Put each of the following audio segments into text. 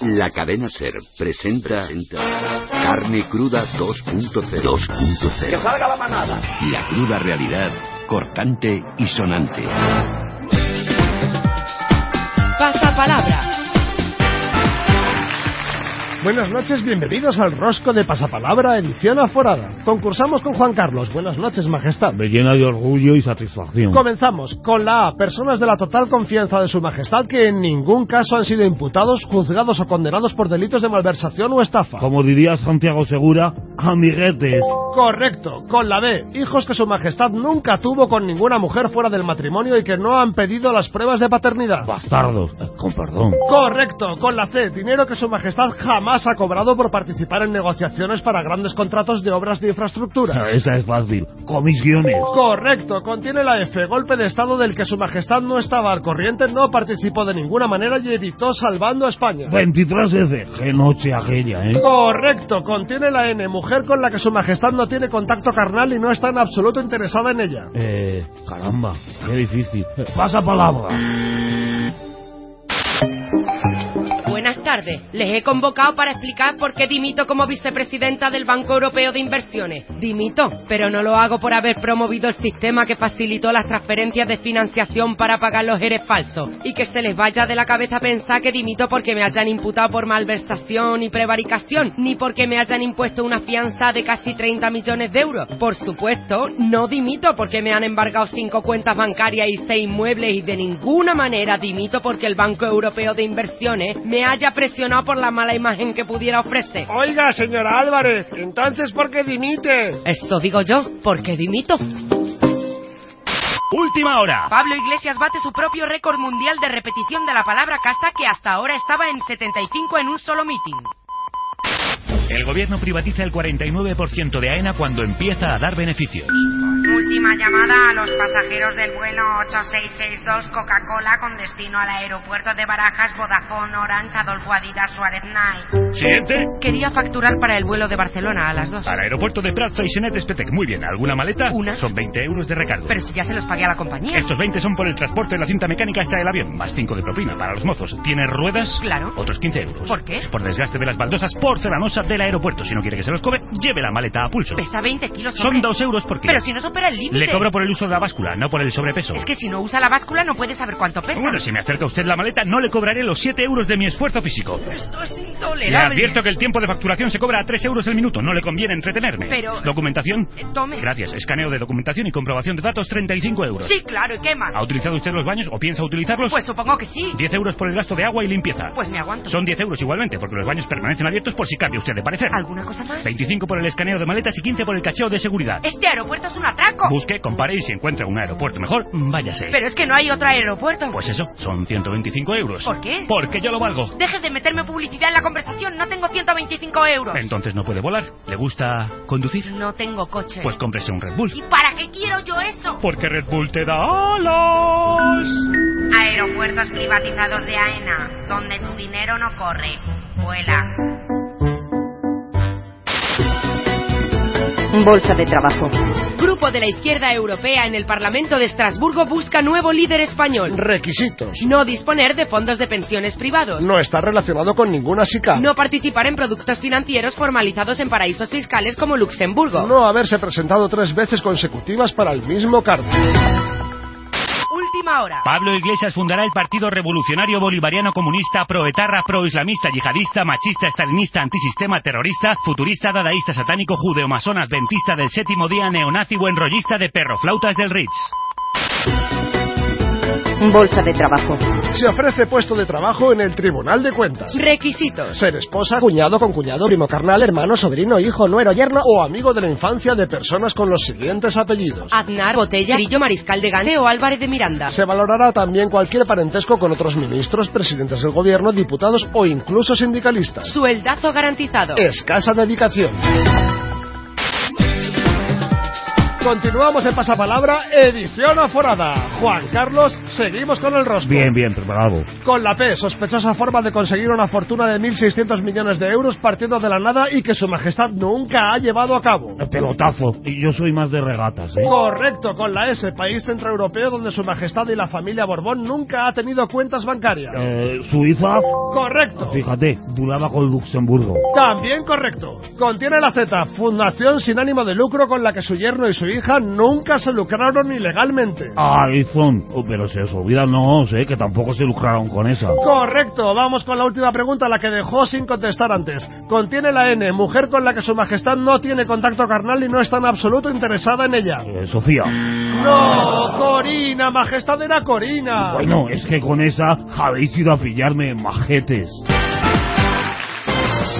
La cadena Ser presenta Carne Cruda 2.0. 2.0. ¡Que salga la manada! La cruda realidad, cortante y sonante. Pasa palabra. Buenas noches, bienvenidos al Rosco de Pasapalabra, edición aforada. Concursamos con Juan Carlos. Buenas noches, majestad. Me llena de orgullo y satisfacción. Comenzamos con la A. Personas de la total confianza de su majestad que en ningún caso han sido imputados, juzgados o condenados por delitos de malversación o estafa. Como diría Santiago Segura, amiguetes. Correcto. Con la B. Hijos que su majestad nunca tuvo con ninguna mujer fuera del matrimonio y que no han pedido las pruebas de paternidad. Bastardos. Eh, Con perdón. Correcto. Con la C. Dinero que su majestad jamás ha cobrado por participar en negociaciones para grandes contratos de obras de infraestructuras. Eh, Esa es fácil. Comisiones. Correcto, contiene la F, golpe de estado del que su majestad no estaba al corriente, no participó de ninguna manera y evitó salvando a España. 23F. Qué noche aquella, ¿eh? Correcto, contiene la N, mujer con la que su majestad no tiene contacto carnal y no está en absoluto interesada en ella. Eh, caramba, qué difícil. Eh, Pasa palabra. Buenas tardes. Les he convocado para explicar por qué dimito como vicepresidenta del Banco Europeo de Inversiones. Dimito, pero no lo hago por haber promovido el sistema que facilitó las transferencias de financiación para pagar los eres falsos. Y que se les vaya de la cabeza pensar que dimito porque me hayan imputado por malversación y prevaricación, ni porque me hayan impuesto una fianza de casi 30 millones de euros. Por supuesto, no dimito porque me han embargado cinco cuentas bancarias y seis inmuebles y de ninguna manera dimito porque el Banco Europeo de Inversiones me haya presionado por la mala imagen que pudiera ofrecer. Oiga, señora Álvarez, entonces ¿por qué dimite? Esto digo yo, porque dimito. Última hora. Pablo Iglesias bate su propio récord mundial de repetición de la palabra casta que hasta ahora estaba en 75 en un solo mitin. El gobierno privatiza el 49% de AENA cuando empieza a dar beneficios. Última llamada a los pasajeros del vuelo 8662 Coca-Cola con destino al aeropuerto de Barajas, Vodafone, Orange, Adolfo Adidas, Suárez Night. Siguiente. Quería facturar para el vuelo de Barcelona a las 2. Al aeropuerto de Prat, Freixenet, Espetec. Muy bien. ¿Alguna maleta? Una. Son 20 euros de recargo. Pero si ya se los pagué a la compañía. Estos 20 son por el transporte de la cinta mecánica hasta el avión, más 5 de propina para los mozos. ¿Tiene ruedas? Claro. Otros 15 euros. ¿Por qué? Por desgaste de las baldosas porcelanosa del aeropuerto. Si no quiere que se los cobre, lleve la maleta a pulso. Pesa 20 kilos. Son hombre. 2 euros por kilo. Pues, Pero si no supera el límite. Le cobro por el uso de la báscula, no por el sobrepeso. Es que si no usa la báscula no puede saber cuánto pesa. Bueno, si me acerca usted la maleta, no le cobraré los 7 euros de mi esfuerzo físico. Esto es Le intolerable. advierto que el tiempo de facturación se cobra a 3 euros el minuto. No le conviene entretenerme. Pero- ¿Documentación? Eh, tome. Gracias. Escaneo de documentación y comprobación de datos, 35 euros. Sí, claro, ¿y qué más? ¿Ha utilizado usted los baños o piensa utilizarlos? Pues supongo que sí. 10 euros por el gasto de agua y limpieza. Pues me aguanto. Son 10 euros igualmente, porque los baños permanecen abiertos por si cambia usted de parecer. ¿Alguna cosa más? 25 por el escaneo de maletas y 15 por el cacheo de seguridad. Este aeropuerto es un atraco. Busque, compare y si encuentra un aeropuerto mejor, váyase. Pero es que no hay otro aeropuerto. Pues eso, son 125 euros. ¿Por qué? Porque yo lo valgo. Deje de meterme publicidad en la conversación. No tengo 125 euros. Entonces no puede volar. ¿Le gusta conducir? No tengo coche. Pues cómprese un Red Bull. ¿Y para qué quiero yo eso? Porque Red Bull te da alas. Aeropuertos privatizados de AENA, donde tu dinero no corre. Vuela. Bolsa de trabajo. Grupo de la izquierda europea en el Parlamento de Estrasburgo busca nuevo líder español. Requisitos. No disponer de fondos de pensiones privados. No está relacionado con ninguna SICA. No participar en productos financieros formalizados en paraísos fiscales como Luxemburgo. No haberse presentado tres veces consecutivas para el mismo cargo. Última hora. Pablo Iglesias fundará el Partido Revolucionario Bolivariano Comunista Proetarra Proislamista Yihadista Machista Estalinista Antisistema Terrorista Futurista Dadaísta Satánico Judeomasón Adventista del Séptimo Día Neonazi Buenrollista de Perroflautas del Ritz Bolsa de trabajo. Se ofrece puesto de trabajo en el Tribunal de Cuentas. Requisitos. Ser esposa, cuñado con cuñado, primo carnal, hermano, sobrino, hijo, nuero, yerno o amigo de la infancia de personas con los siguientes apellidos. Aznar, Botella, Grillo, Mariscal de Gante o Álvarez de Miranda. Se valorará también cualquier parentesco con otros ministros, presidentes del gobierno, diputados o incluso sindicalistas. Sueldazo garantizado. Escasa dedicación. Continuamos en Pasapalabra, edición aforada. Juan Carlos, seguimos con el rostro. Bien, bien, pero bravo. Con la P, sospechosa forma de conseguir una fortuna de 1.600 millones de euros partiendo de la nada y que su majestad nunca ha llevado a cabo. El pelotazo. Y yo soy más de regatas, Oh. ¿eh? Correcto, con la S, país centroeuropeo donde su majestad y la familia Borbón nunca ha tenido cuentas bancarias. Eh, Suiza, Correcto. fíjate, duraba con Luxemburgo. También correcto. Contiene la Z, fundación sin ánimo de lucro con la que su yerno y su hija nunca se lucraron ilegalmente. Ay, son. oh, pero se os olvidan no, sé, que tampoco se lucraron con esa. Correcto, vamos con la última pregunta, la que dejó sin contestar antes. Contiene la N, mujer con la que su majestad no tiene contacto carnal y no está en absoluto interesada en ella. Eh, Sofía. No, Corina, majestad era Corina. Bueno, es que con esa habéis ido a pillarme majetes.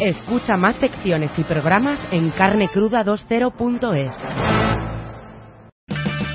Escucha más secciones y programas en carnecruda20.es.